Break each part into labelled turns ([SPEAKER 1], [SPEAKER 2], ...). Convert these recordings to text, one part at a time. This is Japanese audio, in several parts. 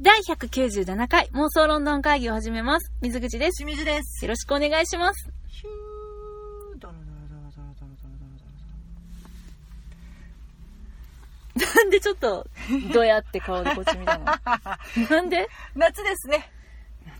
[SPEAKER 1] 第197回妄想ロンドン会議を始めます。水口です。
[SPEAKER 2] 清水です。
[SPEAKER 1] よろしくお願いします。
[SPEAKER 2] ヒュードロドロドロドロド
[SPEAKER 1] な
[SPEAKER 2] ロドロドロドロ
[SPEAKER 1] んでちょっと、どやって顔でこっち見 たのなんで
[SPEAKER 2] 夏ですね。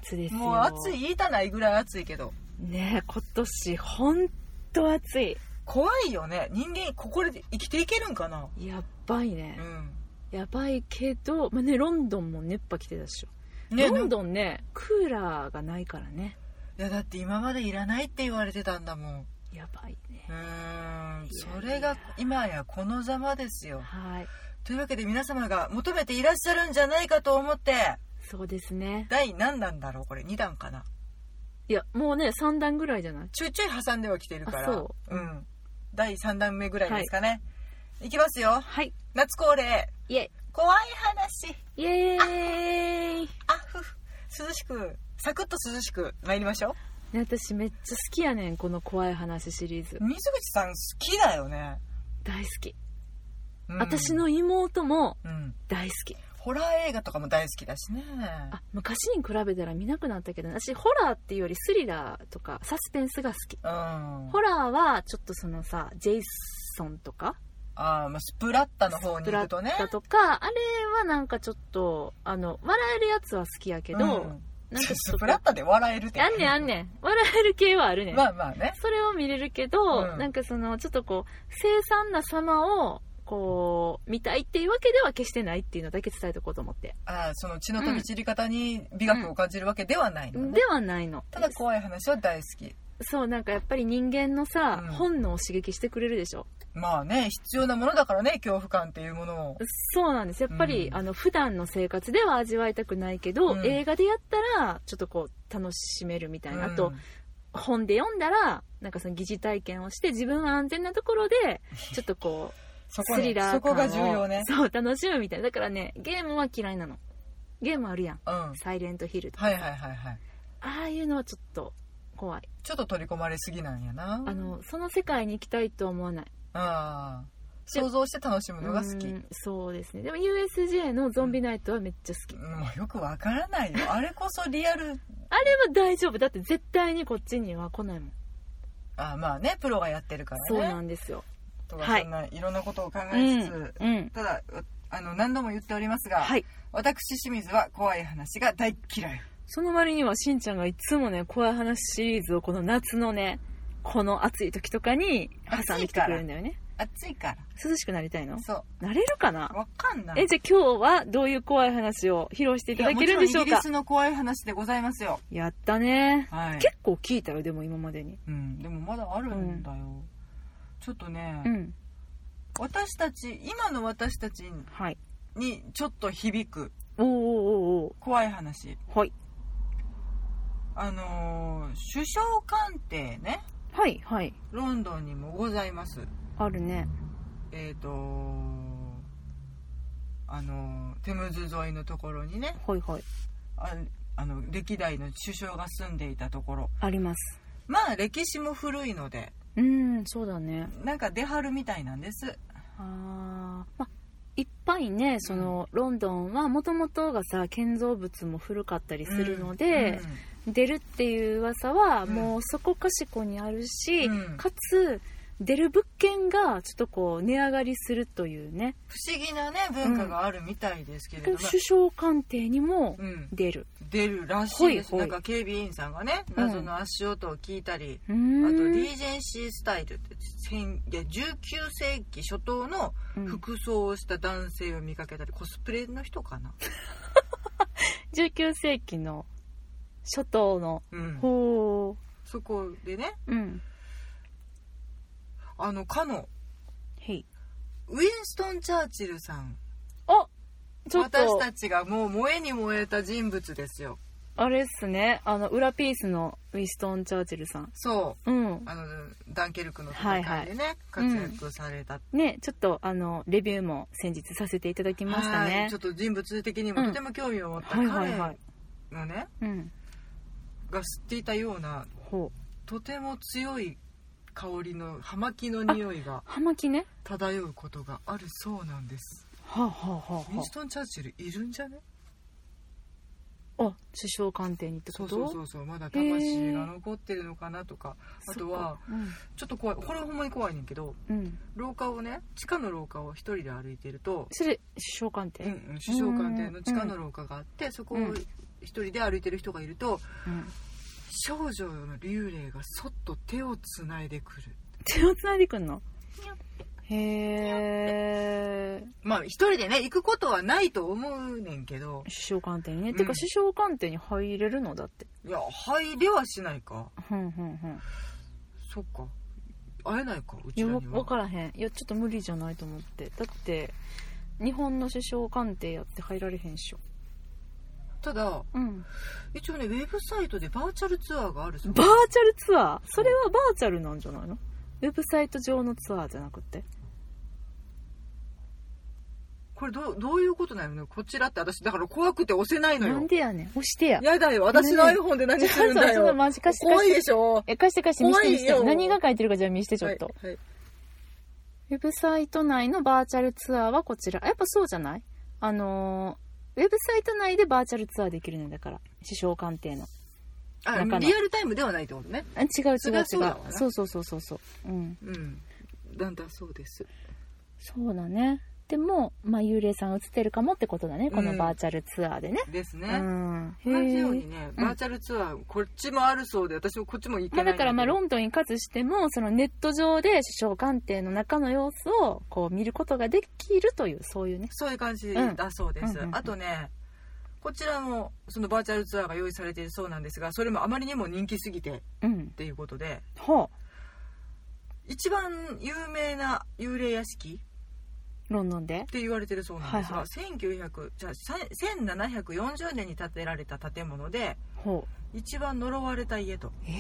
[SPEAKER 1] 夏ですよ。
[SPEAKER 2] もう暑い。言いたないぐらい暑いけど。
[SPEAKER 1] ねえ、今年ほんと暑い。
[SPEAKER 2] 怖いよね。人間ここで生きていけるんかな。
[SPEAKER 1] やばいね
[SPEAKER 2] う。ん。
[SPEAKER 1] やばいけど、まあね、ロンドンも熱波来てたでしょ。
[SPEAKER 2] ね
[SPEAKER 1] ロン
[SPEAKER 2] い
[SPEAKER 1] ドンね、クーラーがないからね。
[SPEAKER 2] やだって今までいらないって言われてたんだもん。
[SPEAKER 1] やばいね
[SPEAKER 2] う。ーん。
[SPEAKER 1] いやいや
[SPEAKER 2] それが今やこのざまですよ。
[SPEAKER 1] はい。
[SPEAKER 2] というわけで皆様が求めていらっしゃるんじゃないかと思って、
[SPEAKER 1] そうですね。
[SPEAKER 2] 第何弾だろうこれ2弾かな。
[SPEAKER 1] いや、もうね、3段ぐらいじゃない
[SPEAKER 2] ちょいちょい挟んではきてるから。。
[SPEAKER 1] あそうん
[SPEAKER 2] 第3弾目ぐらいですかね。いきますよ。
[SPEAKER 1] はい。
[SPEAKER 2] 夏恒例。
[SPEAKER 1] イェイ。
[SPEAKER 2] 怖い話
[SPEAKER 1] イエーイ
[SPEAKER 2] あふふ涼しくサクッと涼しく参りましょ
[SPEAKER 1] ね私めっちゃ好きやねんこの怖い話シリーズ
[SPEAKER 2] う水口さん好きだよね、
[SPEAKER 1] 大好き、
[SPEAKER 2] うん
[SPEAKER 1] 私、の妹も
[SPEAKER 2] うん、
[SPEAKER 1] 大好き
[SPEAKER 2] ホラー映画とかも大好きだしね
[SPEAKER 1] あ昔に比べたら見なくなったけど私ホラーっていうよりスリラーとかサスペンスが好き
[SPEAKER 2] うん
[SPEAKER 1] ホラーはちょっとそのさジェイソンとか
[SPEAKER 2] あー、まあ、スプラッタの方に
[SPEAKER 1] プ
[SPEAKER 2] 行
[SPEAKER 1] ラ
[SPEAKER 2] くと
[SPEAKER 1] ッ
[SPEAKER 2] ね
[SPEAKER 1] タとかあれはなんかちょっとあの笑えるやつは好きやけど、
[SPEAKER 2] うん
[SPEAKER 1] なんかちょ
[SPEAKER 2] ス
[SPEAKER 1] っ
[SPEAKER 2] プ
[SPEAKER 1] と
[SPEAKER 2] ラッタで笑えるって
[SPEAKER 1] あんねんあんねん笑える系はあるねん
[SPEAKER 2] まあまあね
[SPEAKER 1] それを見れるけど、
[SPEAKER 2] うん
[SPEAKER 1] なんかそのちょっとこう凄惨な様をこう見たいっていうわけでは決してないっていうのだけ伝えておこうと思って、
[SPEAKER 2] あーその血の飛び散り方に美学を感じるわけではないのね、
[SPEAKER 1] ではないの
[SPEAKER 2] ただ怖い話は大好き
[SPEAKER 1] そうなんかやっぱり人間のさ、
[SPEAKER 2] うん
[SPEAKER 1] 本能を刺激してくれるでしょ
[SPEAKER 2] まあね必要なものだからね恐怖感っていうものを
[SPEAKER 1] そうなんですやっぱり、
[SPEAKER 2] うん
[SPEAKER 1] あの普段の生活では味わいたくないけど、
[SPEAKER 2] うん
[SPEAKER 1] 映画でやったらちょっとこう楽しめるみたいな、あと本で読んだらなんかその疑似体験をして自分は安全なところでちょっとこう
[SPEAKER 2] そこ
[SPEAKER 1] スリ
[SPEAKER 2] ね
[SPEAKER 1] ラー
[SPEAKER 2] そこが重
[SPEAKER 1] 感を
[SPEAKER 2] 要ね
[SPEAKER 1] そう楽しむみたいなだからねゲームは嫌いなのゲームあるやん
[SPEAKER 2] うんはい
[SPEAKER 1] サイレントヒルとか
[SPEAKER 2] はいはいはい
[SPEAKER 1] ああいうのはちょっと怖い
[SPEAKER 2] ちょっと取り込まれすぎなんやな
[SPEAKER 1] あのその世界に行きたいとは思わない
[SPEAKER 2] ああ想像して楽しむのが好き
[SPEAKER 1] うーんそうですねでも USJ のゾンビナイトはめっちゃ好き、
[SPEAKER 2] うんもうよくわからないよ あれこそリアル
[SPEAKER 1] あれは大丈夫だって絶対にこっちには来ないもん、
[SPEAKER 2] あまあねプロがやってるか
[SPEAKER 1] そう
[SPEAKER 2] ら
[SPEAKER 1] な
[SPEAKER 2] ね
[SPEAKER 1] んですよ
[SPEAKER 2] とはそんないろんなことを考えつつ、
[SPEAKER 1] うん
[SPEAKER 2] ただあの何度も言っておりますが、
[SPEAKER 1] はい
[SPEAKER 2] 私清水は怖い話が大嫌い
[SPEAKER 1] その割にはしんちゃんがいつもね怖い話シリーズをこの夏のねこの暑い時とかに挟んできてくれるんだよね
[SPEAKER 2] 暑いから
[SPEAKER 1] 涼しくなりたいの
[SPEAKER 2] そ
[SPEAKER 1] なれるかな
[SPEAKER 2] うわかんない
[SPEAKER 1] え、じゃあ今日はどういう怖い話を披露していただけるんでしょう
[SPEAKER 2] いやもちろんイギリ
[SPEAKER 1] か
[SPEAKER 2] スの怖い話でございますよ
[SPEAKER 1] やったね、
[SPEAKER 2] はい
[SPEAKER 1] 結構聞いたよ、でも今までに。
[SPEAKER 2] うん、でもまだあるんだよ、ちょっとね、
[SPEAKER 1] うん。
[SPEAKER 2] 私たち今の私たち
[SPEAKER 1] はい。
[SPEAKER 2] にちょっと響く
[SPEAKER 1] おーおーおー
[SPEAKER 2] 怖い話
[SPEAKER 1] おーはい。
[SPEAKER 2] あのー首相官邸ね
[SPEAKER 1] はい、はい。
[SPEAKER 2] ロンドンにもございます
[SPEAKER 1] あるね。
[SPEAKER 2] えっ、とあのーテムズ沿いのところにね
[SPEAKER 1] はい、はい。
[SPEAKER 2] ああの歴代の首相が住んでいたところ
[SPEAKER 1] あります。
[SPEAKER 2] まあ歴史も古いので
[SPEAKER 1] うーん、そうだね。
[SPEAKER 2] なんか出張るみたいなんです
[SPEAKER 1] あーま、いっぱいね、その、ロンドンはもともとがさ、建造物も古かったりするので、出るっていう噂は、
[SPEAKER 2] うん
[SPEAKER 1] もうそこかしこにあるし、
[SPEAKER 2] うん
[SPEAKER 1] かつ、出る物件がちょっとこう値上がりするというね
[SPEAKER 2] 不思議なね文化があるみたいですけれども、
[SPEAKER 1] 首相官邸にも
[SPEAKER 2] うん、
[SPEAKER 1] 出る。
[SPEAKER 2] 出るらしいです
[SPEAKER 1] ほいほ
[SPEAKER 2] ないんか警備員さんがね
[SPEAKER 1] うん
[SPEAKER 2] 謎の足音を聞いたり、
[SPEAKER 1] あと
[SPEAKER 2] あとリージェンシースタイルって千いや19世紀初頭の服装をした男性を見かけたり、コスプレの人かな、
[SPEAKER 1] 19世紀の初頭の、
[SPEAKER 2] うん、
[SPEAKER 1] ほ
[SPEAKER 2] そこでね
[SPEAKER 1] う、うん、
[SPEAKER 2] あのかの
[SPEAKER 1] へい。
[SPEAKER 2] ウィンストン・チャーチルさん
[SPEAKER 1] あちょっ
[SPEAKER 2] 私
[SPEAKER 1] と、
[SPEAKER 2] たちがもう燃えに燃えた人物ですよ
[SPEAKER 1] あれっすね、あの、裏ピースのウィンストン・チャーチルさん。
[SPEAKER 2] そ
[SPEAKER 1] うん
[SPEAKER 2] う。あのダンケルクの戦いでね、
[SPEAKER 1] はいうん
[SPEAKER 2] 活躍された、
[SPEAKER 1] ね、ちょっと、あの、レビューも先日させていただきました
[SPEAKER 2] は
[SPEAKER 1] ね
[SPEAKER 2] いちょ。っと人物的にもとても興味を持った
[SPEAKER 1] はい
[SPEAKER 2] 彼
[SPEAKER 1] はいはい。
[SPEAKER 2] のね、
[SPEAKER 1] うん。
[SPEAKER 2] が吸っていたような
[SPEAKER 1] ほう。
[SPEAKER 2] とても強い香りの葉巻の匂いが
[SPEAKER 1] 葉巻ね。
[SPEAKER 2] 漂うことがあるそうなんです
[SPEAKER 1] はあ、はあは
[SPEAKER 2] ウィンストン・チャーチルいるんじゃね
[SPEAKER 1] あ首相官邸にって
[SPEAKER 2] そ
[SPEAKER 1] こ
[SPEAKER 2] う
[SPEAKER 1] と
[SPEAKER 2] そうそうそうまだ魂が残ってるのかなとかあとは
[SPEAKER 1] そっか
[SPEAKER 2] ちょっと怖いこれほんまに怖いねんけど
[SPEAKER 1] うん、うん、
[SPEAKER 2] 廊下をね地下の廊下を一人で歩いてると、
[SPEAKER 1] それ首相官邸
[SPEAKER 2] うんうん、首相官邸の地下の廊下があってそこを一人で歩いてる人がいると
[SPEAKER 1] うん
[SPEAKER 2] 少女の幽霊がそっと手をつないでくる
[SPEAKER 1] 手をつないでくんのへえ
[SPEAKER 2] まあ一人でね行くことはないと思うねんけど
[SPEAKER 1] 首相官邸にね、
[SPEAKER 2] うん
[SPEAKER 1] てか首相官邸に入れるのだって
[SPEAKER 2] いや入れはしないか
[SPEAKER 1] ふんふんふん
[SPEAKER 2] そっか会えないかう
[SPEAKER 1] い
[SPEAKER 2] ち
[SPEAKER 1] や
[SPEAKER 2] ら
[SPEAKER 1] わ
[SPEAKER 2] に
[SPEAKER 1] 分
[SPEAKER 2] は
[SPEAKER 1] からへんいやちょっと無理じゃないと思ってだって日本の首相官邸やって入られへんっしょ
[SPEAKER 2] ただ
[SPEAKER 1] うん
[SPEAKER 2] 一応ねウェブサイトでバーチャルツアーがあるそう
[SPEAKER 1] バーチャルツアーそれはバーチャルなんじゃないのウェブサイト上のツアーじゃなくて
[SPEAKER 2] これどうどういうことなのこちらって私だから怖くて押せないの
[SPEAKER 1] なん
[SPEAKER 2] よ
[SPEAKER 1] でやねん押してや
[SPEAKER 2] やだよ私の
[SPEAKER 1] なん
[SPEAKER 2] iPhone で何す
[SPEAKER 1] ちょ
[SPEAKER 2] る
[SPEAKER 1] っ
[SPEAKER 2] ん
[SPEAKER 1] と
[SPEAKER 2] だ
[SPEAKER 1] その
[SPEAKER 2] よ
[SPEAKER 1] マジ貸して
[SPEAKER 2] 怖
[SPEAKER 1] 貸
[SPEAKER 2] い
[SPEAKER 1] して
[SPEAKER 2] でしょ
[SPEAKER 1] え貸して貸して見せて見せて
[SPEAKER 2] 怖いよ
[SPEAKER 1] 何が書いてるかじゃあ見せてちょっと、
[SPEAKER 2] はいはい
[SPEAKER 1] ウェブサイト内のバーチャルツアーはこちら。やっぱそうじゃないあのーウェブサイト内でバーチャルツアーできるんだから。首相官邸の。
[SPEAKER 2] あ
[SPEAKER 1] なかな
[SPEAKER 2] リアルタイムではないってことね
[SPEAKER 1] あ違う違う違う。
[SPEAKER 2] そりゃそうだわな
[SPEAKER 1] そうそうそうそうそう。うん。
[SPEAKER 2] うんなんだそうです
[SPEAKER 1] そうだね。でも、まあ、幽霊さん映ってるかもってことだね。この
[SPEAKER 2] うん
[SPEAKER 1] バーチャルツアーでね。
[SPEAKER 2] ですね、
[SPEAKER 1] うん。
[SPEAKER 2] 同じよう
[SPEAKER 1] へ
[SPEAKER 2] に
[SPEAKER 1] ー
[SPEAKER 2] ね、
[SPEAKER 1] うん
[SPEAKER 2] バーチャルツアー、こっちもあるそうで、私もこっちも行け
[SPEAKER 1] ま
[SPEAKER 2] な
[SPEAKER 1] あ、
[SPEAKER 2] い
[SPEAKER 1] だ
[SPEAKER 2] んだけど。
[SPEAKER 1] からまあロンドンに勝つしてもそのネット上で首相官邸の中の様子をこう見ることができるというそういうね
[SPEAKER 2] そういう感じ
[SPEAKER 1] うん
[SPEAKER 2] だそうで
[SPEAKER 1] う
[SPEAKER 2] す。
[SPEAKER 1] んうんうん
[SPEAKER 2] あとね、こちらも、そのバーチャルツアーが用意されているそうなんですが、それもあまりにも人気すぎてっ
[SPEAKER 1] うん
[SPEAKER 2] ていうことで、
[SPEAKER 1] ほ
[SPEAKER 2] 一番有名な幽霊屋
[SPEAKER 1] う
[SPEAKER 2] 敷
[SPEAKER 1] ロンドンで
[SPEAKER 2] って言われてるそうなんですが、
[SPEAKER 1] はいはい
[SPEAKER 2] 1900じゃあさ1740年に建てられた建物で
[SPEAKER 1] ほう
[SPEAKER 2] 一番呪われた家と
[SPEAKER 1] えー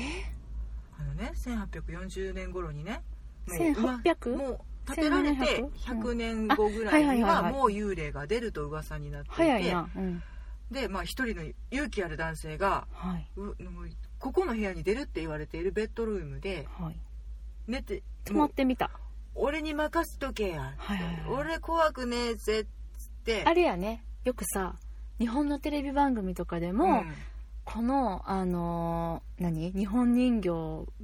[SPEAKER 2] あのね1840年頃にねもうう
[SPEAKER 1] 1800?
[SPEAKER 2] わもう建てられて
[SPEAKER 1] 1700
[SPEAKER 2] 100年後ぐらいに
[SPEAKER 1] あはいはいはいは
[SPEAKER 2] はいもう幽霊が出ると噂になっていて、
[SPEAKER 1] 早いな、うん
[SPEAKER 2] でまあ一人の勇気ある男性が
[SPEAKER 1] はい、
[SPEAKER 2] うもうここの部屋に出るって言われているベッドルームで
[SPEAKER 1] はい、
[SPEAKER 2] 寝て「
[SPEAKER 1] 泊ま
[SPEAKER 2] も
[SPEAKER 1] っ
[SPEAKER 2] う
[SPEAKER 1] てみた
[SPEAKER 2] 俺に任せとけや」
[SPEAKER 1] はいはいはい
[SPEAKER 2] 俺怖くねえぜ」っつって
[SPEAKER 1] あれやねよくさ日本のテレビ番組とかでも、
[SPEAKER 2] うん
[SPEAKER 1] このあのー何日本人形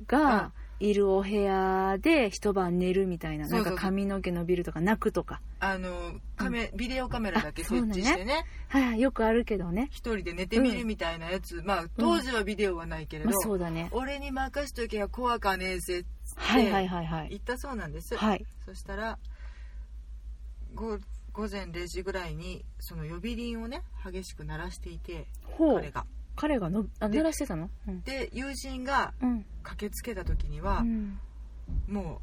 [SPEAKER 1] がいるお部屋で一晩寝るみたいな
[SPEAKER 2] そうそう
[SPEAKER 1] なんか髪の毛伸びるとか泣くとか
[SPEAKER 2] あのカメビデオカメラだけ設置
[SPEAKER 1] あそ
[SPEAKER 2] し
[SPEAKER 1] う
[SPEAKER 2] てね
[SPEAKER 1] はいはいよくあるけどね、
[SPEAKER 2] 一人で寝てみるみたいなやつ、まあ当時はビデオはないけれ
[SPEAKER 1] ま
[SPEAKER 2] ど
[SPEAKER 1] あ、、そうだね
[SPEAKER 2] 俺に任せとけや怖かねえぜっつって、
[SPEAKER 1] はいはいはいはい
[SPEAKER 2] 言ったそうなんです、
[SPEAKER 1] はい
[SPEAKER 2] そしたらご午前0時ぐらいにその呼び鈴をね激しく鳴らしていて
[SPEAKER 1] ほ
[SPEAKER 2] 彼
[SPEAKER 1] う
[SPEAKER 2] が
[SPEAKER 1] 彼がのあ
[SPEAKER 2] で
[SPEAKER 1] 鳴らしてたのうん
[SPEAKER 2] で友人が
[SPEAKER 1] うん
[SPEAKER 2] 駆けつけた時には
[SPEAKER 1] う、ん
[SPEAKER 2] も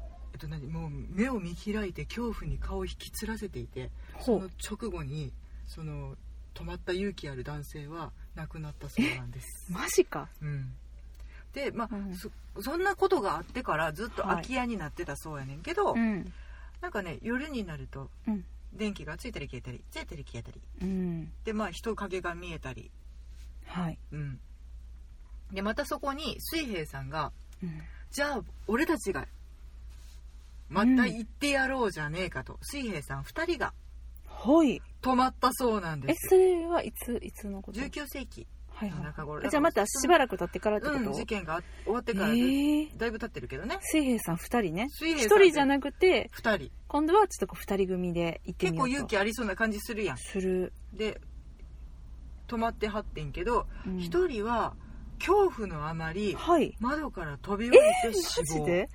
[SPEAKER 2] うえっと何もう目を見開いて恐怖に顔を引きつらせていて
[SPEAKER 1] ほ
[SPEAKER 2] そうの直後にその止まった勇気ある男性は亡くなったそうなんです、
[SPEAKER 1] マジか
[SPEAKER 2] うん、でまあ、
[SPEAKER 1] うん
[SPEAKER 2] そそんなことがあってからずっと
[SPEAKER 1] はい
[SPEAKER 2] 空き家になってたそうやねんけど、
[SPEAKER 1] うん
[SPEAKER 2] なんかね夜になると
[SPEAKER 1] うん
[SPEAKER 2] 電気がついたり消えたりついたり消えたり
[SPEAKER 1] うん
[SPEAKER 2] でまあ人影が見えたり
[SPEAKER 1] はい、
[SPEAKER 2] うんでまたそこに水平さんが
[SPEAKER 1] うん、
[SPEAKER 2] 「じゃあ俺たちがまた行ってやろうじゃねえかと」水平さん2人が
[SPEAKER 1] ほい
[SPEAKER 2] 泊まったそうなん
[SPEAKER 1] え
[SPEAKER 2] です
[SPEAKER 1] それはいついつのこと
[SPEAKER 2] 19世紀
[SPEAKER 1] はい
[SPEAKER 2] の中頃
[SPEAKER 1] えじゃあまたしばらく経ってからってこと、
[SPEAKER 2] うん事件が終わってか
[SPEAKER 1] え
[SPEAKER 2] らだ,、
[SPEAKER 1] ー、
[SPEAKER 2] だいぶ経ってるけどね
[SPEAKER 1] 水平さん2人ね
[SPEAKER 2] 水
[SPEAKER 1] 1
[SPEAKER 2] 平さん
[SPEAKER 1] 人じゃなくて
[SPEAKER 2] 2人
[SPEAKER 1] 今度はちょっとこう2人組で行って
[SPEAKER 2] 結
[SPEAKER 1] みよ
[SPEAKER 2] 構
[SPEAKER 1] うと
[SPEAKER 2] 勇気ありそうな感じするやん
[SPEAKER 1] する、
[SPEAKER 2] で泊まってはってんけど、
[SPEAKER 1] うん
[SPEAKER 2] 1人は恐怖のあまり
[SPEAKER 1] はい
[SPEAKER 2] 窓から飛び降りて死
[SPEAKER 1] マ
[SPEAKER 2] 亡、
[SPEAKER 1] ジで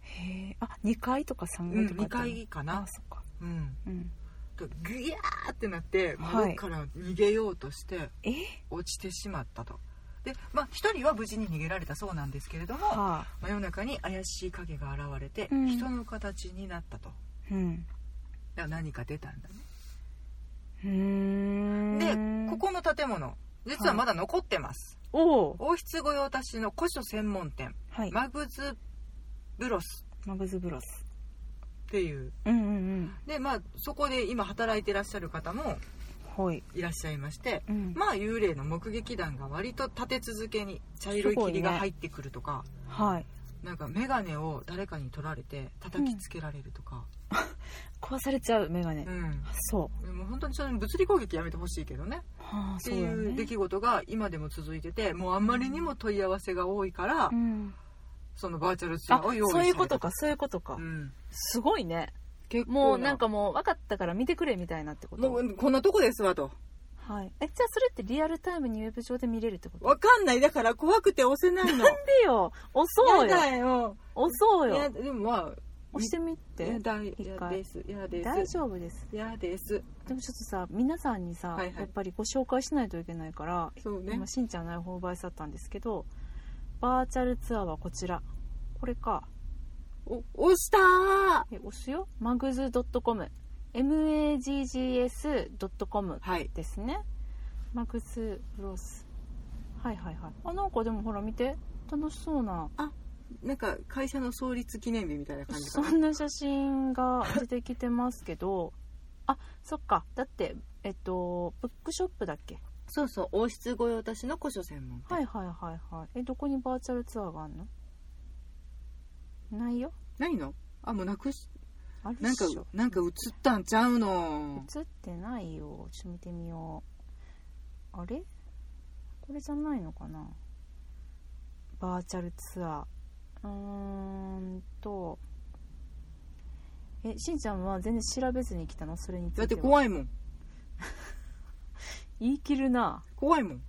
[SPEAKER 1] へえあ二2階とか3
[SPEAKER 2] うん、
[SPEAKER 1] 階とか
[SPEAKER 2] 2階か
[SPEAKER 1] あ
[SPEAKER 2] な
[SPEAKER 1] そっか
[SPEAKER 2] うん
[SPEAKER 1] うん
[SPEAKER 2] とグギャーってなって
[SPEAKER 1] はい
[SPEAKER 2] 窓から逃げようとして
[SPEAKER 1] え
[SPEAKER 2] 落ちてしまったと、でまあ1人は無事に逃げられたそうなんですけれども、
[SPEAKER 1] はあ
[SPEAKER 2] 真夜中に怪しい影が現れて、
[SPEAKER 1] うん
[SPEAKER 2] 人の形になったと
[SPEAKER 1] うん
[SPEAKER 2] だから何か出たんだね
[SPEAKER 1] うーん
[SPEAKER 2] でここの建物実はまだ残ってます、
[SPEAKER 1] おお
[SPEAKER 2] 王室御用達の古書専門店
[SPEAKER 1] はい
[SPEAKER 2] マグズブロス
[SPEAKER 1] マグズブロス
[SPEAKER 2] っていう
[SPEAKER 1] うんうん
[SPEAKER 2] でまあそこで今働いてらっしゃる方も
[SPEAKER 1] うんはい
[SPEAKER 2] いらっしゃいまして
[SPEAKER 1] うん
[SPEAKER 2] まあ幽霊の目撃談が割と立て続けに茶色い霧が入ってくるとか、
[SPEAKER 1] はい
[SPEAKER 2] なんか眼鏡を誰かに取られて叩きつけられるとか、
[SPEAKER 1] 壊されちゃうメガネ、
[SPEAKER 2] うん
[SPEAKER 1] あそう
[SPEAKER 2] でも本当にそれ物理攻撃やめてほしいけどね
[SPEAKER 1] はあ
[SPEAKER 2] って
[SPEAKER 1] そうだ
[SPEAKER 2] いう出
[SPEAKER 1] ね
[SPEAKER 2] 来事が今でも続いててもうあんまりにも問い合わせが多いから、
[SPEAKER 1] うん、
[SPEAKER 2] そのバーチャルツア
[SPEAKER 1] あ
[SPEAKER 2] ーを用意
[SPEAKER 1] そういうことか
[SPEAKER 2] か、
[SPEAKER 1] そういうことか、
[SPEAKER 2] うん、
[SPEAKER 1] すごいね
[SPEAKER 2] 結構
[SPEAKER 1] もうなんかもう分かったから見てくれみたいなってこと
[SPEAKER 2] もうこんなとこですわと
[SPEAKER 1] はい、えじゃあそれってリアルタイムにウェブ上で見れるってこと
[SPEAKER 2] わかんないだから怖くて押せないの
[SPEAKER 1] でよ押 そう
[SPEAKER 2] や
[SPEAKER 1] よ
[SPEAKER 2] だよ
[SPEAKER 1] 押そう
[SPEAKER 2] や
[SPEAKER 1] よ
[SPEAKER 2] でもまあ
[SPEAKER 1] 押してみ
[SPEAKER 2] や
[SPEAKER 1] て
[SPEAKER 2] だ
[SPEAKER 1] 一
[SPEAKER 2] や
[SPEAKER 1] 回
[SPEAKER 2] ですやです
[SPEAKER 1] 大丈夫です
[SPEAKER 2] やです
[SPEAKER 1] でもちょっとさ皆さんにさ、
[SPEAKER 2] はいはい
[SPEAKER 1] やっぱりご紹介しないといけないから、
[SPEAKER 2] そうね
[SPEAKER 1] 今しんちゃんの iPhone 奪い去ったんですけどバーチャルツアーはこちらこれか
[SPEAKER 2] お押したー
[SPEAKER 1] え押すよマグズ .com maggs.com
[SPEAKER 2] はい
[SPEAKER 1] ですねマグズブロスはいはいはいあなんかでもほら見て楽しそうな
[SPEAKER 2] なんか会社の創立記念日みたいな感じ
[SPEAKER 1] そ
[SPEAKER 2] かなん
[SPEAKER 1] な写真が出てきてますけどあそっかだってえっとブックショップだっけ
[SPEAKER 2] そうそう王室御用達の古書専門
[SPEAKER 1] はいはいはいはいえどこにバーチャルツアーがあんのないよ
[SPEAKER 2] ないのあもうなくし
[SPEAKER 1] ある
[SPEAKER 2] なん
[SPEAKER 1] っ
[SPEAKER 2] か
[SPEAKER 1] しょ
[SPEAKER 2] なんか映ったんちゃうの
[SPEAKER 1] 映ってないよちょっと見てみようあれこれじゃないのかなバーチャルツアーうーんとえしんちゃんは全然調べずに来たのそれについて
[SPEAKER 2] だ
[SPEAKER 1] は
[SPEAKER 2] って怖いもん
[SPEAKER 1] 言い切るな
[SPEAKER 2] 怖いもん、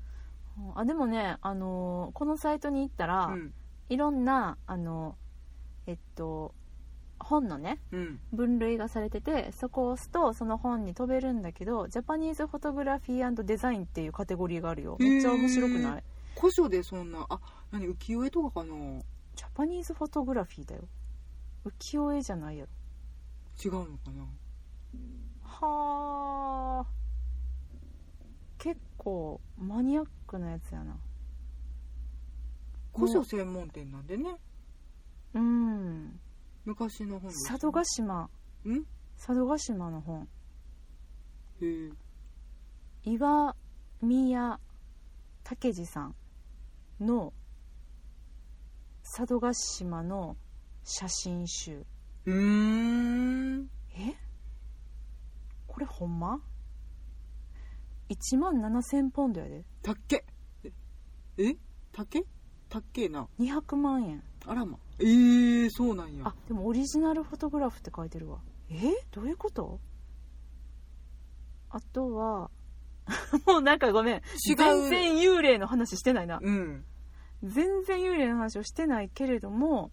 [SPEAKER 1] あでもね、あのーこのサイトに行ったら、
[SPEAKER 2] うん
[SPEAKER 1] いろんな、あのえっと本のね
[SPEAKER 2] うん、
[SPEAKER 1] 分類がされててそこを押すとその本に飛べるんだけどジャパニーズフォトグラフィーデザインっていうカテゴリーがあるよ
[SPEAKER 2] へー
[SPEAKER 1] めっちゃ面白くない
[SPEAKER 2] 古書でそんなあ何浮世絵とかかな
[SPEAKER 1] ジャパニーズフォトグラフィーだよ浮世絵じゃないやろ
[SPEAKER 2] 違うのかな
[SPEAKER 1] はあ結構マニアックなやつやな
[SPEAKER 2] 古書専門店なんでね
[SPEAKER 1] うん
[SPEAKER 2] 昔の本です
[SPEAKER 1] 佐渡島
[SPEAKER 2] ん
[SPEAKER 1] 佐渡島の本
[SPEAKER 2] へえ
[SPEAKER 1] 岩宮武二さんの佐渡島の写真集
[SPEAKER 2] うーん
[SPEAKER 1] えこれほんま ?1 万7000ポンドやで
[SPEAKER 2] たっけえたっけたっけえな
[SPEAKER 1] 200万円
[SPEAKER 2] あらまえー、そうなんや
[SPEAKER 1] あでもオリジナルフォトグラフって書いてるわえどういうことあとは もうなんかごめん
[SPEAKER 2] 違う
[SPEAKER 1] 全然幽霊の話してないな
[SPEAKER 2] うん
[SPEAKER 1] 全然幽霊の話をしてないけれども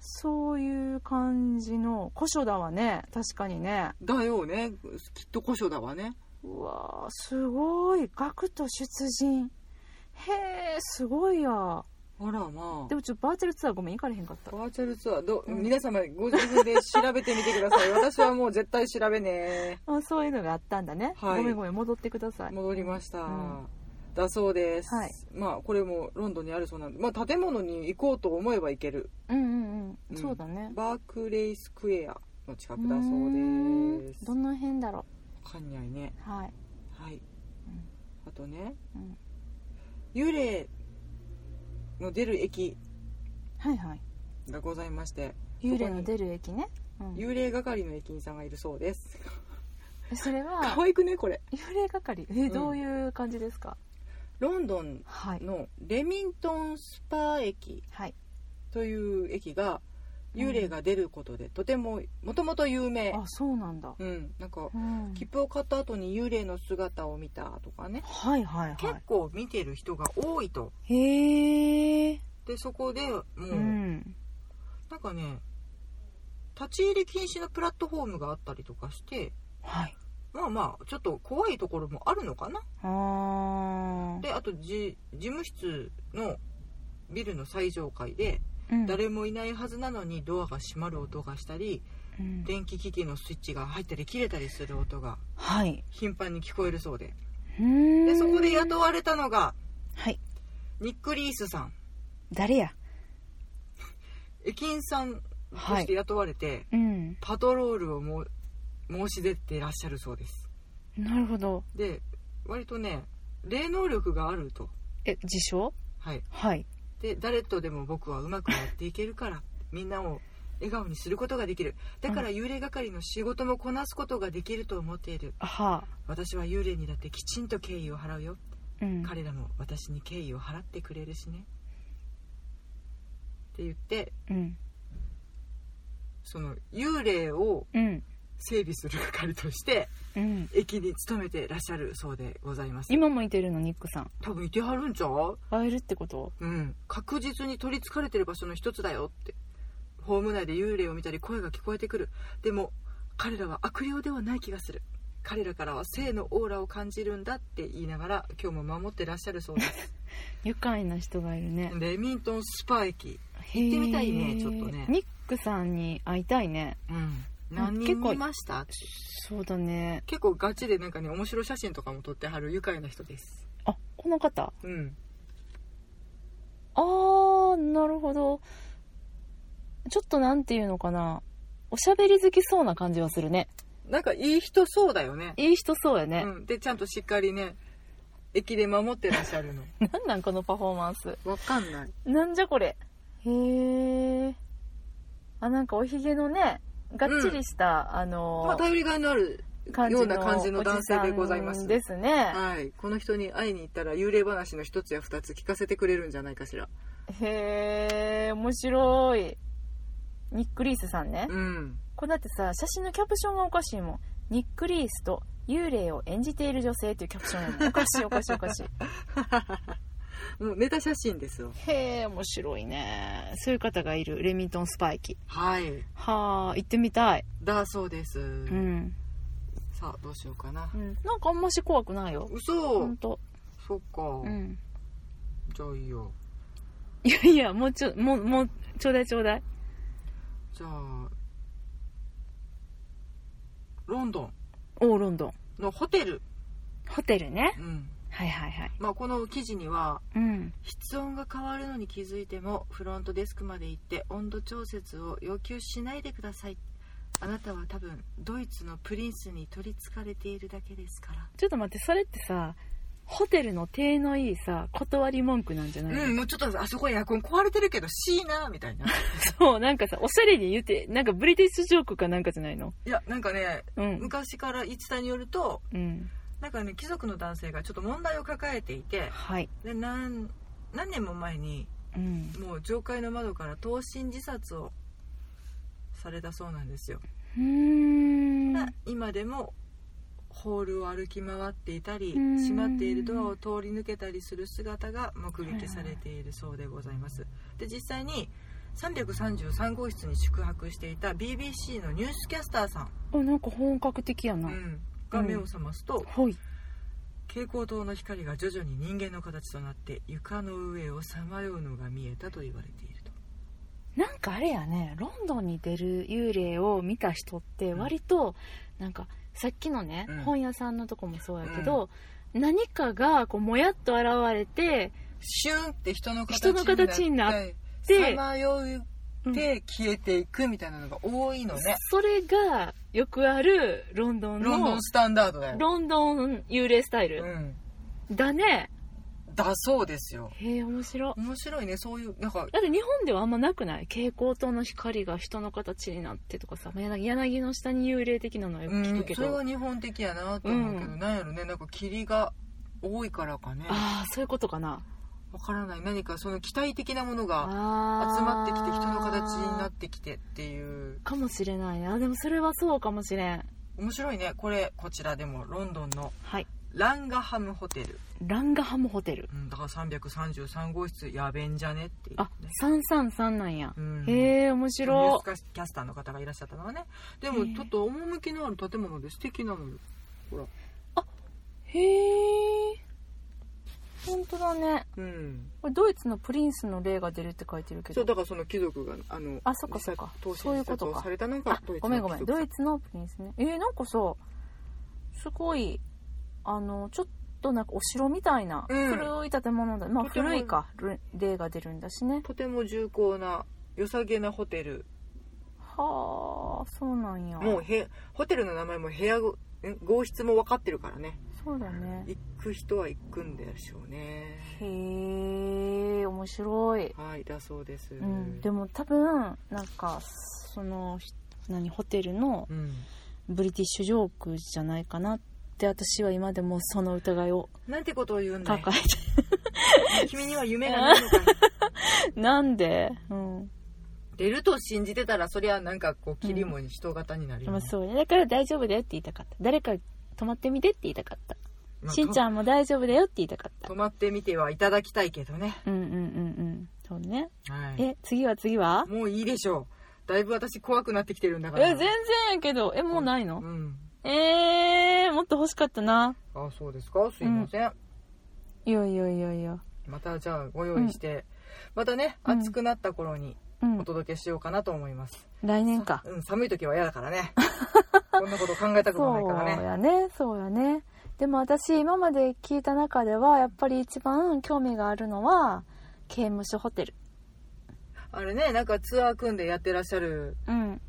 [SPEAKER 1] そういう感じの古書だわね確かにね
[SPEAKER 2] だよねきっと古書だわね
[SPEAKER 1] うわーすごい学徒出陣へえすごいや
[SPEAKER 2] あらま
[SPEAKER 1] でもちょっとバーチャルツアーごめん行かれへんかった
[SPEAKER 2] バーチャルツアーど、
[SPEAKER 1] うん
[SPEAKER 2] 皆様ご自分で調べてみてく ださい私はもう絶対調べね
[SPEAKER 1] あそういうのがあったんだね、
[SPEAKER 2] はい
[SPEAKER 1] ごめんごめん戻ってください
[SPEAKER 2] 戻りました、
[SPEAKER 1] うん
[SPEAKER 2] だそうです、
[SPEAKER 1] はい
[SPEAKER 2] まあこれもロンドンにあるそうなんで、まあ、建物に行こうと思えば行ける
[SPEAKER 1] うんうんうん、
[SPEAKER 2] うん
[SPEAKER 1] そうだね
[SPEAKER 2] バークレイスクエアの近くだ
[SPEAKER 1] う
[SPEAKER 2] そう
[SPEAKER 1] ー
[SPEAKER 2] で
[SPEAKER 1] ん
[SPEAKER 2] す
[SPEAKER 1] どの辺だろ
[SPEAKER 2] わかんないね
[SPEAKER 1] うはい、
[SPEAKER 2] はい、あとね
[SPEAKER 1] うん、
[SPEAKER 2] 幽霊の出る駅
[SPEAKER 1] はいはい
[SPEAKER 2] がございまして
[SPEAKER 1] 幽霊の出る駅ね、うん、
[SPEAKER 2] 幽霊係の駅員さんがいるそうです
[SPEAKER 1] えそれは
[SPEAKER 2] 可愛くねこれ
[SPEAKER 1] 幽霊係え、
[SPEAKER 2] ん
[SPEAKER 1] どういう感じですか
[SPEAKER 2] ロンドン
[SPEAKER 1] はい
[SPEAKER 2] のレミントンスパー駅
[SPEAKER 1] はい
[SPEAKER 2] という駅が幽霊が出ることでとてももともと有名
[SPEAKER 1] あそうなんだ、
[SPEAKER 2] うんなんか
[SPEAKER 1] うん、
[SPEAKER 2] 切符を買った後に幽霊の姿を見たとかね
[SPEAKER 1] はいはい
[SPEAKER 2] 結
[SPEAKER 1] は
[SPEAKER 2] 構見てる人が多いと
[SPEAKER 1] いへえ
[SPEAKER 2] でそこでもう、
[SPEAKER 1] うん
[SPEAKER 2] なんかね立ち入り禁止のプラットフォームがあったりとかして
[SPEAKER 1] はい
[SPEAKER 2] まあまあちょっと怖いところもあるのかな
[SPEAKER 1] あー
[SPEAKER 2] であとじ事務室のビルの最上階で
[SPEAKER 1] うん
[SPEAKER 2] 誰もいないはずなのにドアが閉まる音がしたり
[SPEAKER 1] うん
[SPEAKER 2] 電気機器のスイッチが入ったり切れたりする音が
[SPEAKER 1] はい
[SPEAKER 2] 頻繁に聞こえるそうで
[SPEAKER 1] で
[SPEAKER 2] でそこで雇われたのが
[SPEAKER 1] はい
[SPEAKER 2] ニック・リースさん
[SPEAKER 1] 誰や
[SPEAKER 2] 駅員さんとして雇われて、
[SPEAKER 1] うん
[SPEAKER 2] パトロールをも申し出てらっしゃるそうです
[SPEAKER 1] なるほど
[SPEAKER 2] で割とね霊能力があると
[SPEAKER 1] え自称
[SPEAKER 2] はい
[SPEAKER 1] はい
[SPEAKER 2] で誰とでも僕はうまくやっていけるからみんなを笑顔にすることができるだから幽霊係の仕事もこなすことができると思っている
[SPEAKER 1] はあ
[SPEAKER 2] 私は幽霊にだってきちんと敬意を払うよ
[SPEAKER 1] うん
[SPEAKER 2] 彼らも私に敬意を払ってくれるしねって言って
[SPEAKER 1] うん
[SPEAKER 2] その幽霊を
[SPEAKER 1] うん
[SPEAKER 2] 整備する係として
[SPEAKER 1] うん
[SPEAKER 2] 駅に勤めてらっしゃるそうでございます
[SPEAKER 1] 今もいてるのニックさん
[SPEAKER 2] 多分いてはるんちゃう
[SPEAKER 1] 会えるってこと
[SPEAKER 2] うん確実に取りつかれてる場所の一つだよってホーム内で幽霊を見たり声が聞こえてくるでも彼らは悪霊ではない気がする彼らからは性のオーラを感じるんだって言いながら今日も守ってらっしゃるそうです
[SPEAKER 1] 愉快な人がいるね
[SPEAKER 2] レミントンスパ駅
[SPEAKER 1] 行
[SPEAKER 2] ってみたいねちょっとね
[SPEAKER 1] ニックさんに会いたいね
[SPEAKER 2] うん何人
[SPEAKER 1] 結構
[SPEAKER 2] 見ましたって
[SPEAKER 1] そうだね
[SPEAKER 2] 結構ガチでなんかね面白い写真とかも撮ってはる愉快な人です
[SPEAKER 1] あこの方
[SPEAKER 2] うん
[SPEAKER 1] あーなるほどちょっとなんていうのかなおしゃべり好きそうな感じはするね
[SPEAKER 2] なんかいい人そうだよね
[SPEAKER 1] いい人そうやね、
[SPEAKER 2] うん、でちゃんとしっかりね駅で守ってらっしゃるの
[SPEAKER 1] なんなんこのパフォーマンス
[SPEAKER 2] わかんない
[SPEAKER 1] なんじゃこれへえあなんかおひげのねがっちりした、あ
[SPEAKER 2] まあ
[SPEAKER 1] の
[SPEAKER 2] 頼りがいのある
[SPEAKER 1] 感じ
[SPEAKER 2] よ
[SPEAKER 1] の
[SPEAKER 2] うな感じの男性でございま
[SPEAKER 1] おじさ
[SPEAKER 2] す
[SPEAKER 1] んですね
[SPEAKER 2] はいこの人に会いに行ったら幽霊話の一つや二つ聞かせてくれるんじゃないかしら
[SPEAKER 1] へえ面白いニック・リースさんね、
[SPEAKER 2] うん
[SPEAKER 1] これだってさ写真のキャプションがおかしいもんニック・リースと幽霊を演じている女性っていうキャプションやもんおかしいおかしいおかしい
[SPEAKER 2] もうネタ写真ですよ
[SPEAKER 1] へえ面白いねそういう方がいるレミントン・スパイキ
[SPEAKER 2] はい
[SPEAKER 1] はあ行ってみたい
[SPEAKER 2] だそうです、
[SPEAKER 1] うん、
[SPEAKER 2] さあどうしようかな
[SPEAKER 1] うん、なんかあんまし怖くないよ
[SPEAKER 2] 嘘、
[SPEAKER 1] ほんと
[SPEAKER 2] そっか、
[SPEAKER 1] うん
[SPEAKER 2] じゃあいいよ
[SPEAKER 1] いやいやもうちょもうもうちょうだいちょうだい
[SPEAKER 2] じゃあロンドン
[SPEAKER 1] おーロンドン
[SPEAKER 2] のホテル
[SPEAKER 1] ホテルね
[SPEAKER 2] うん
[SPEAKER 1] はいはいはい
[SPEAKER 2] まあこの記事には
[SPEAKER 1] うん
[SPEAKER 2] 室温が変わるのに気づいてもフロントデスクまで行って温度調節を要求しないでくださいあなたは多分ドイツのプリンスに取りつかれているだけですか
[SPEAKER 1] ちょっと待ってそれってさホテルの体のいいさ断り文句なんじゃないの、
[SPEAKER 2] らうんもうちょっとあそこエアコン壊れてるけどしいなみ たいない
[SPEAKER 1] そうなんかさおしゃれに言ってなんかブリティッシュジョークかなんかじゃないの
[SPEAKER 2] やなんかね
[SPEAKER 1] うん
[SPEAKER 2] 昔から言ってたによると
[SPEAKER 1] うん
[SPEAKER 2] なんかね貴族の男性がちょっと問題を抱えていて
[SPEAKER 1] はい
[SPEAKER 2] でなん何年も前に
[SPEAKER 1] うん
[SPEAKER 2] もう上階の窓から投身自殺をされたそうなんですよ
[SPEAKER 1] うーん
[SPEAKER 2] が今でもホールを歩き回っていたり
[SPEAKER 1] うん
[SPEAKER 2] 閉まっているドアを通り抜けたりする姿が目撃されているそうでございますで実際に333号室に宿泊していた BBC のニュースキャスターさん、
[SPEAKER 1] あなんか本格的やな、
[SPEAKER 2] うんが目を覚ますと
[SPEAKER 1] ほい
[SPEAKER 2] 蛍光灯の光が徐々に人間の形となって床の上をさまようのが見えたと言われていると
[SPEAKER 1] なんかあれやねロンドンに出る幽霊を見た人って
[SPEAKER 2] うん
[SPEAKER 1] 割となんかさっきのね、
[SPEAKER 2] うん
[SPEAKER 1] 本屋さんのとこもそうやけど、何かがこうもやっと現れて
[SPEAKER 2] シュンって人の
[SPEAKER 1] 人の形にな
[SPEAKER 2] っ
[SPEAKER 1] で
[SPEAKER 2] さまよって消えていくみたいなのが多いのね、
[SPEAKER 1] それがよくあるロンドン
[SPEAKER 2] ロンド
[SPEAKER 1] の
[SPEAKER 2] ンスタンダードだよ
[SPEAKER 1] ロンドン幽霊スタイル、
[SPEAKER 2] うん、
[SPEAKER 1] だね
[SPEAKER 2] だそうですよ
[SPEAKER 1] へえ面白
[SPEAKER 2] 面白いねそういうなんか
[SPEAKER 1] だって日本ではあんまなくない蛍光灯の光が人の形になってとかさ柳柳の下に幽霊的なのはよく
[SPEAKER 2] う
[SPEAKER 1] 聞
[SPEAKER 2] ん
[SPEAKER 1] くけ
[SPEAKER 2] それ
[SPEAKER 1] ど、
[SPEAKER 2] は日本的やなと思うけど、
[SPEAKER 1] う
[SPEAKER 2] なんやろねなんか霧が多いからかね
[SPEAKER 1] ああそういうことかな
[SPEAKER 2] わからない何かその期待的なもの
[SPEAKER 1] 集
[SPEAKER 2] が集ま
[SPEAKER 1] ま
[SPEAKER 2] ってきて人の形になっててきてっていう
[SPEAKER 1] かもしれないねあでもそれはそうかもしれん
[SPEAKER 2] 面白いねこれこちらでもロンドンの
[SPEAKER 1] はい
[SPEAKER 2] ランガハムホテル、
[SPEAKER 1] ランガハムホテル
[SPEAKER 2] うん、だから333号室やべんじゃねっていう
[SPEAKER 1] あ
[SPEAKER 2] ね
[SPEAKER 1] 333なんや
[SPEAKER 2] う、ん
[SPEAKER 1] へえ面
[SPEAKER 2] ニュー
[SPEAKER 1] 白
[SPEAKER 2] スキャスターの方がいらっしゃったのはねでも
[SPEAKER 1] へえ
[SPEAKER 2] ちょっと趣のある建物で素敵なのよほら
[SPEAKER 1] いへえ本当だね
[SPEAKER 2] うん
[SPEAKER 1] これドイツのプリンスの霊が出るって書いてるけ
[SPEAKER 2] そう
[SPEAKER 1] ど
[SPEAKER 2] だからその貴族があの
[SPEAKER 1] あそっかそっか
[SPEAKER 2] 投資
[SPEAKER 1] そういうことか
[SPEAKER 2] されたのが
[SPEAKER 1] あ
[SPEAKER 2] ドイツの貴族
[SPEAKER 1] ごめんごめんドイツのプリンスねえー、なんかさすごいあのちょっとなんかお城みたいな、
[SPEAKER 2] うん
[SPEAKER 1] 古い建物だまあ
[SPEAKER 2] とても
[SPEAKER 1] 古いかる霊が出るんだしね
[SPEAKER 2] とても重厚な良さげなホテル
[SPEAKER 1] はあそうなんや
[SPEAKER 2] もうへホテルの名前も部屋ごん号室も分かってるからね
[SPEAKER 1] そうだね
[SPEAKER 2] 行く人は行くんでしょうね
[SPEAKER 1] へえ面白い、
[SPEAKER 2] はいだそうです、
[SPEAKER 1] うん、でも多分なんかそのひ何ホテルの
[SPEAKER 2] うん
[SPEAKER 1] ブリティッシュジョークじゃないかなって私は今でもその疑いを
[SPEAKER 2] なんてことを言うんだい
[SPEAKER 1] 抱えて、
[SPEAKER 2] 君には夢がないのかい
[SPEAKER 1] なんでうん
[SPEAKER 2] 出ると信じてたらそりゃなんかこう切りも人型になり
[SPEAKER 1] でも
[SPEAKER 2] ます、
[SPEAKER 1] そうねだから大丈夫だよって言いたかった誰か泊まってみてって言いたかった
[SPEAKER 2] まあ
[SPEAKER 1] しんちゃんも大丈夫だよって言いたかった
[SPEAKER 2] と泊まってみてはいただきたいけどね、
[SPEAKER 1] うんうんうんうんそうね
[SPEAKER 2] はい、
[SPEAKER 1] え次は次は
[SPEAKER 2] もういいでしょうだいぶ私怖くなってきてるんだか
[SPEAKER 1] え
[SPEAKER 2] ら
[SPEAKER 1] 全然やけどえもうないの
[SPEAKER 2] うん
[SPEAKER 1] えー、もっと欲しかったな
[SPEAKER 2] あそうですかすいません、
[SPEAKER 1] いやいやいやいや
[SPEAKER 2] またじゃあご用意して、またね
[SPEAKER 1] うん
[SPEAKER 2] 暑くなった頃に
[SPEAKER 1] うん
[SPEAKER 2] お届けしようかなと思います、
[SPEAKER 1] 来年か
[SPEAKER 2] うん、寒い時は嫌だか らねこんなこと考えたくもないから
[SPEAKER 1] そう
[SPEAKER 2] ね
[SPEAKER 1] やねそうやねでも私今まで聞いた中ではやっぱり一番興味があるのは刑務所ホテル
[SPEAKER 2] あれねなんかツアー組んでやってらっしゃる
[SPEAKER 1] うん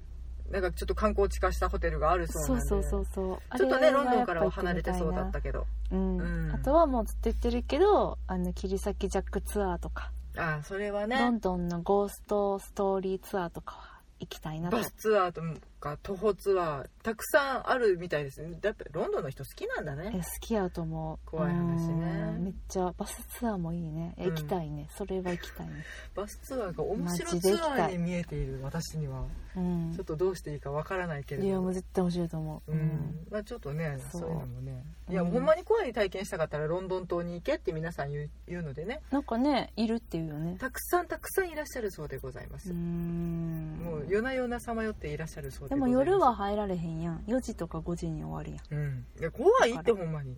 [SPEAKER 2] なんかちょっと観光地化したホテルがあるそう
[SPEAKER 1] そ
[SPEAKER 2] な
[SPEAKER 1] うん
[SPEAKER 2] で
[SPEAKER 1] そうそうそう
[SPEAKER 2] ちょっと
[SPEAKER 1] あれ
[SPEAKER 2] ね
[SPEAKER 1] は
[SPEAKER 2] ロンドンからは離
[SPEAKER 1] や
[SPEAKER 2] れ
[SPEAKER 1] ぱ行
[SPEAKER 2] て
[SPEAKER 1] ってみ
[SPEAKER 2] そう
[SPEAKER 1] たい
[SPEAKER 2] だ
[SPEAKER 1] な
[SPEAKER 2] ったけど
[SPEAKER 1] うん、
[SPEAKER 2] うん
[SPEAKER 1] あとはもうずっと言ってるけどあの切り裂きジャックツアーとか、
[SPEAKER 2] ああそれは
[SPEAKER 1] ロ
[SPEAKER 2] ね
[SPEAKER 1] ンドンのゴーストストーリーツアーとかは行きたいなと
[SPEAKER 2] バスツアーとか徒歩ツアーたくさんあるみたいですねだってロンドンの人好きなんだ
[SPEAKER 1] え好
[SPEAKER 2] ね
[SPEAKER 1] きやと思う
[SPEAKER 2] 怖い話ね
[SPEAKER 1] うんめっちゃバスツアーもいいねえ
[SPEAKER 2] うん
[SPEAKER 1] 行きたいね、それは行きたいね
[SPEAKER 2] バスツアーが面白
[SPEAKER 1] マジで行
[SPEAKER 2] ツ
[SPEAKER 1] き
[SPEAKER 2] ア
[SPEAKER 1] たい
[SPEAKER 2] ーに見えている私には
[SPEAKER 1] うん
[SPEAKER 2] ちょっとどうしていいかわからないけれ
[SPEAKER 1] いや
[SPEAKER 2] ど
[SPEAKER 1] もう絶対面白いと思う、
[SPEAKER 2] う
[SPEAKER 1] うん
[SPEAKER 2] んまあ、ちょっとねそ
[SPEAKER 1] そうう
[SPEAKER 2] いうのもね
[SPEAKER 1] うん
[SPEAKER 2] いや、ほんまに怖い体験したかったらロンドン島に行けって皆さん言う言うのでね
[SPEAKER 1] なんかねいるっていうよね
[SPEAKER 2] たくさんたくさんいらっしゃるそうでございま
[SPEAKER 1] う
[SPEAKER 2] す、
[SPEAKER 1] ーん
[SPEAKER 2] もう夜な夜なさまよっていらっしゃるそうで
[SPEAKER 1] でも
[SPEAKER 2] ございます
[SPEAKER 1] 夜は入られへんやん4時とか5時に終わるや
[SPEAKER 2] うんいや怖いってほんま に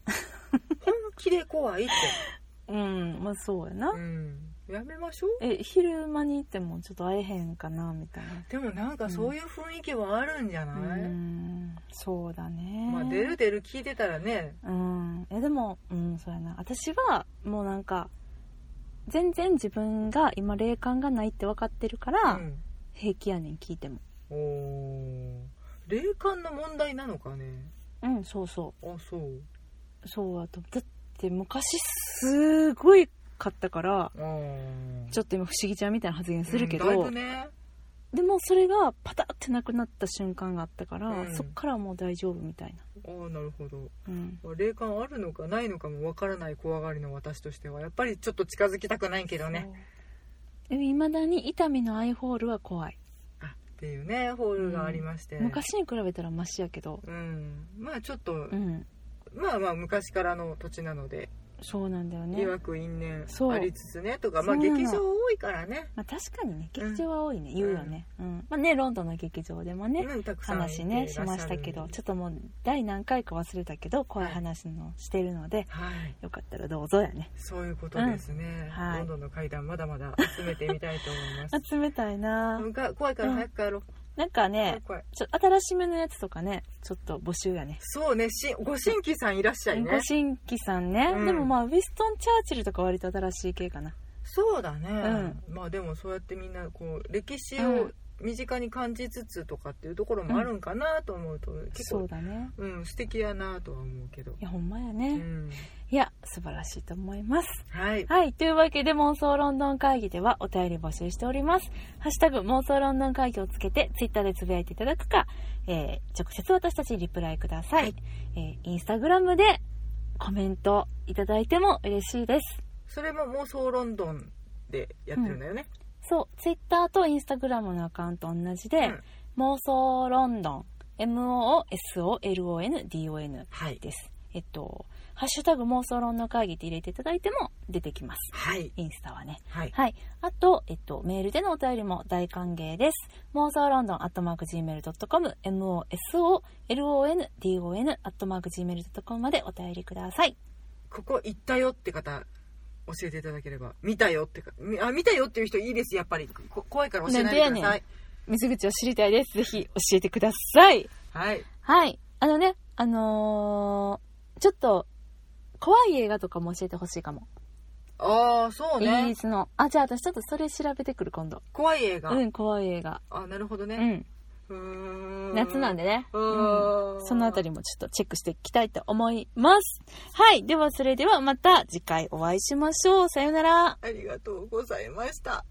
[SPEAKER 2] 本気で怖いって
[SPEAKER 1] んうんまあそうやな、
[SPEAKER 2] うんやめましょう
[SPEAKER 1] え昼間に行ってもちょっと会えへんかなみたい
[SPEAKER 2] でもなんかそういう雰囲気はあるんじゃ
[SPEAKER 1] な、
[SPEAKER 2] ないう
[SPEAKER 1] ー、んそうだね
[SPEAKER 2] まあ出る出る聞いてたらね
[SPEAKER 1] うんえでもうんそうやな私はもうなんか全然自分が今霊感がないって分かってるから、
[SPEAKER 2] うん
[SPEAKER 1] 平気やねん聞いても
[SPEAKER 2] おー霊感の問題なのかね
[SPEAKER 1] うんそうそ
[SPEAKER 2] あそう
[SPEAKER 1] うそうやとだって昔すごい買ったから
[SPEAKER 2] あー
[SPEAKER 1] ちょっと今不思議ちゃんみたいな発言するけど、
[SPEAKER 2] うんだいぶね
[SPEAKER 1] でもそれがパタってなくなった瞬間があったから、
[SPEAKER 2] うん
[SPEAKER 1] そっからもう大丈夫みたいな、
[SPEAKER 2] ああなるほど
[SPEAKER 1] うん、
[SPEAKER 2] まあ霊感あるのかないのかもわからない怖がりの私としてはやっぱりちょっと近づきたくないけどね
[SPEAKER 1] いまだに痛みのアイホールは怖い、
[SPEAKER 2] あっていうねホールがありまして、
[SPEAKER 1] 昔に比べたらマシやけど
[SPEAKER 2] うんまあちょっと、
[SPEAKER 1] うん
[SPEAKER 2] まあまあ昔からの土地なので、
[SPEAKER 1] そうなんだよね
[SPEAKER 2] いわく因縁
[SPEAKER 1] そう
[SPEAKER 2] ありつつねとかまあ
[SPEAKER 1] そうなの
[SPEAKER 2] 劇場多いからね
[SPEAKER 1] まあ、確かにね
[SPEAKER 2] うん
[SPEAKER 1] 劇場は多いね、言うよね、うんまあ、ねロンドンの劇場でもね、
[SPEAKER 2] うんたくさん
[SPEAKER 1] 話ね
[SPEAKER 2] いて
[SPEAKER 1] し
[SPEAKER 2] らっゃ
[SPEAKER 1] ま
[SPEAKER 2] る
[SPEAKER 1] したけどちょっともう第何回か忘れたけど怖い話のしてるので、
[SPEAKER 2] はい
[SPEAKER 1] よかったらどうぞやね
[SPEAKER 2] そういうことですね、
[SPEAKER 1] うんはい
[SPEAKER 2] ロンドンの階段まだまだ集めてみたいと思いま す
[SPEAKER 1] 集めたいな
[SPEAKER 2] なんか怖いから早く帰ろう、
[SPEAKER 1] なんかね
[SPEAKER 2] 怖い
[SPEAKER 1] ちょ新しめのやつとかねちょっと募集やね
[SPEAKER 2] そうねしご新規さんいらっしゃいね
[SPEAKER 1] ご新規さんね、
[SPEAKER 2] うん
[SPEAKER 1] でもまあウィストン・チャーチルとか割と新しい系かな
[SPEAKER 2] そうだね、まあでもそうやってみんなこう歴史を身近に感じつつとかっていうところもあるんかなと思うと結
[SPEAKER 1] そう
[SPEAKER 2] 構
[SPEAKER 1] だね
[SPEAKER 2] うん、素敵やなとは思うけど
[SPEAKER 1] い、やほんまや
[SPEAKER 2] う
[SPEAKER 1] ね、
[SPEAKER 2] ん、
[SPEAKER 1] いや素晴らしいと思います
[SPEAKER 2] はい
[SPEAKER 1] はい。というわけで、妄想ロンドン会議ではお便り募集しております。ハッシュタグ、妄想ロンドン会議をつけて、ツイッターでつぶやいていただくか、えー直接私たちにリプライください。えーインスタグラムでコメントいただいても嬉しいです。
[SPEAKER 2] それも妄想ロンドンでやってるんだよね、
[SPEAKER 1] そう、ツイッターとインスタグラムのアカウント同じで、妄想ロンドン、MOSOLONDON
[SPEAKER 2] はい
[SPEAKER 1] です。えっと、ハッシュタグ妄想ロンドン会議って入れていただいても出てきます。
[SPEAKER 2] はい
[SPEAKER 1] インスタはね。
[SPEAKER 2] はい
[SPEAKER 1] はい。あと、えっと、メールでのお便りも大歓迎です。妄想ロンドンアットマーク Gmail.com、MOSOLONDON アットマーク Gmail.com までお便りください。
[SPEAKER 2] ここ行ったよって方教えていただければ見たよってかみあ見たよっていう人いいですやっぱりこ怖いから教えないで
[SPEAKER 1] なん
[SPEAKER 2] く
[SPEAKER 1] で
[SPEAKER 2] だ
[SPEAKER 1] や
[SPEAKER 2] さ
[SPEAKER 1] ね
[SPEAKER 2] い
[SPEAKER 1] 水口を知りたいです。ぜひ教えてください。
[SPEAKER 2] はい
[SPEAKER 1] はい。あのね、あのーちょっと、怖い映画とかも教えてほしいかも。
[SPEAKER 2] ああそう
[SPEAKER 1] イギ
[SPEAKER 2] ね
[SPEAKER 1] リスの。あ、じゃあ私ちょっとそれ調べてくる今度。
[SPEAKER 2] 怖い映画、
[SPEAKER 1] うん、怖い映画。
[SPEAKER 2] あなるほど
[SPEAKER 1] う
[SPEAKER 2] ね、
[SPEAKER 1] ん。夏なん
[SPEAKER 2] で、
[SPEAKER 1] でね、
[SPEAKER 2] う
[SPEAKER 1] うん
[SPEAKER 2] ーん
[SPEAKER 1] そのあたりもちょっとチェックしていきたいと思いますはいではそれではまた次回お会いしましょうさようなら
[SPEAKER 2] ありがとうございました